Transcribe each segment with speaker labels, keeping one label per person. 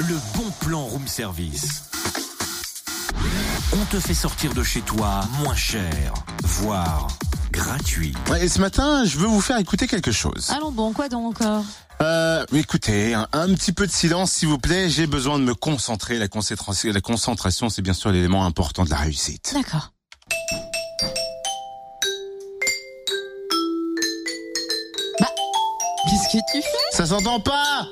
Speaker 1: Le bon plan room service. On te fait sortir de chez toi moins cher, voire gratuit.
Speaker 2: Ouais, Et ce matin, je veux vous faire écouter quelque chose.
Speaker 3: Ah, Allons bon, quoi donc encore
Speaker 2: Euh, écoutez, un, un petit peu de silence, s'il vous plaît. J'ai besoin de me concentrer. La concentration, la concentration, c'est bien sûr l'élément important de la réussite.
Speaker 3: D'accord. Bah, qu'est-ce que tu fais
Speaker 2: Ça s'entend pas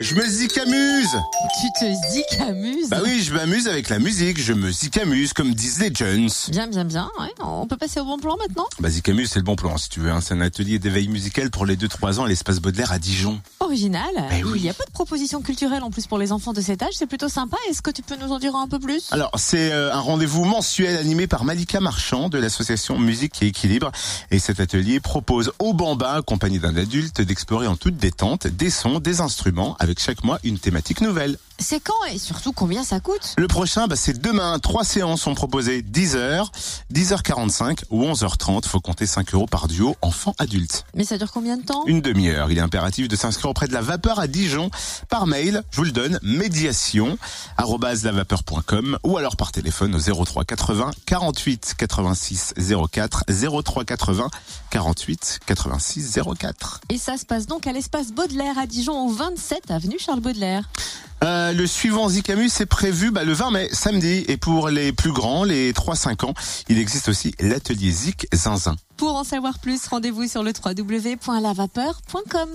Speaker 2: Je me zicamuse
Speaker 3: Tu te dis qu'amuse
Speaker 2: Bah oui, je m'amuse avec la musique. Je me zicamuse, comme disent les Jones.
Speaker 3: Bien, bien, bien. ouais. On peut passer au bon plan maintenant
Speaker 2: Bah zicamuse, c'est le bon plan, si tu veux. hein. C'est un atelier d'éveil musical pour les 2-3 ans à l'espace Baudelaire à Dijon.
Speaker 3: Original.
Speaker 2: Eh oui.
Speaker 3: Il n'y a pas de proposition culturelle en plus pour les enfants de cet âge. C'est plutôt sympa. Est-ce que tu peux nous en dire un peu plus
Speaker 2: Alors, c'est euh, un rendez-vous mensuel animé par Malika Marchand de l'association Musique et Équilibre. Et cet atelier propose aux bambins, accompagnés d'un adulte, d'explorer en toute détente des sons, des instruments, avec chaque mois une thématique nouvelle.
Speaker 3: C'est quand et surtout combien ça coûte
Speaker 2: Le prochain, bah, c'est demain. Trois séances sont proposées 10h, 10h45 ou 11h30. Faut compter 5 euros par duo enfant-adulte.
Speaker 3: Mais ça dure combien de temps
Speaker 2: Une demi-heure. Il est impératif de s'inscrire auprès de la vapeur à Dijon par mail. Je vous le donne, médiation arobase lavapeur.com ou alors par téléphone au 03 80 48 86 04 03 80 48 86 04.
Speaker 3: Et ça se passe donc à l'espace Baudelaire à Dijon, au 27 avenue Charles Baudelaire.
Speaker 2: Euh, le suivant Zicamus est prévu bah, le 20 mai, samedi. Et pour les plus grands, les 3-5 ans, il existe aussi l'atelier Zik Zinzin.
Speaker 3: Pour en savoir plus, rendez-vous sur le www.lavapeur.com.